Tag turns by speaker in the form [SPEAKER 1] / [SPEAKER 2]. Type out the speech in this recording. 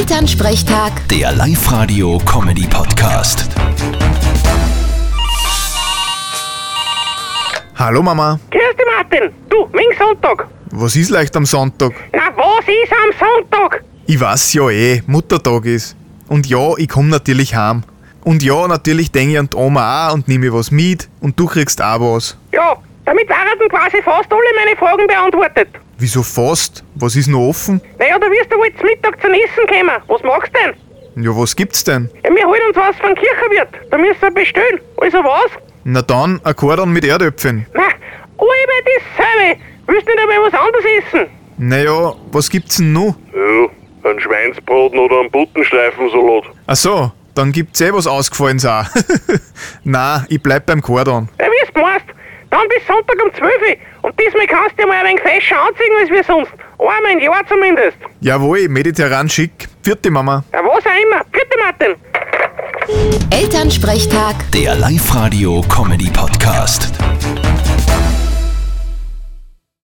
[SPEAKER 1] Elternsprechtag,
[SPEAKER 2] Der Live-Radio-Comedy-Podcast.
[SPEAKER 3] Hallo Mama,
[SPEAKER 4] Grüß dich, Martin. Du, wegen Sonntag.
[SPEAKER 3] was ist leicht am Sonntag?
[SPEAKER 4] Na, was ist am Sonntag?
[SPEAKER 3] Ich weiß ja eh, Muttertag ist. Und ja, ich komm natürlich heim. Und ja, natürlich denke ich an die Oma auch und nehme was mit und du kriegst auch was.
[SPEAKER 4] Ja, damit waren quasi fast alle meine Fragen beantwortet.
[SPEAKER 3] Wieso fast? Was ist noch offen?
[SPEAKER 4] Naja, da wirst du wohl zum Mittag zum Essen kommen. Was magst du denn?
[SPEAKER 3] Ja, was gibt's denn?
[SPEAKER 4] Ja, wir holen uns was von Kirchenwirt. Da müssen wir bestellen. Also was?
[SPEAKER 3] Na dann, ein Kordon mit Erdäpfeln.
[SPEAKER 4] Na, über dasselbe. Willst du nicht einmal was anderes essen?
[SPEAKER 3] Naja, was gibt's denn noch?
[SPEAKER 5] Ja, ein Schweinsbraten oder ein Buttenschleifensalat.
[SPEAKER 3] Ach so, dann gibt's eh was Ausgefallenes auch. Na, ich bleib beim Kordon.
[SPEAKER 4] Ja, wie es meinst. Dann bis Sonntag um 12 Uhr. Und diesmal kannst du dir mal ein wenig fescher anziehen als wir sonst. Einmal im Jahr zumindest.
[SPEAKER 3] Jawohl, mediterran schick. Vierte Mama.
[SPEAKER 4] Ja, was auch immer. Bitte, Martin.
[SPEAKER 1] Elternsprechtag.
[SPEAKER 2] Der Live-Radio-Comedy-Podcast.